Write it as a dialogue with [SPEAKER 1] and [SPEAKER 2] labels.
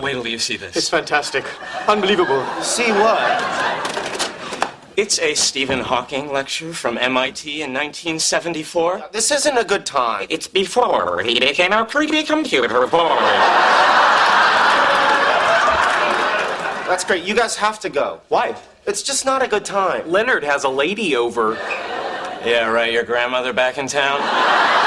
[SPEAKER 1] Wait till you see this.
[SPEAKER 2] It's fantastic. Unbelievable.
[SPEAKER 3] See what?
[SPEAKER 1] It's a Stephen Hawking lecture from MIT in 1974.
[SPEAKER 3] This isn't a good time.
[SPEAKER 1] It's before he became a creepy computer boy.
[SPEAKER 3] That's great. You guys have to go.
[SPEAKER 2] Why?
[SPEAKER 3] It's just not a good time.
[SPEAKER 2] Leonard has a lady over.
[SPEAKER 1] Yeah, right, your grandmother back in town?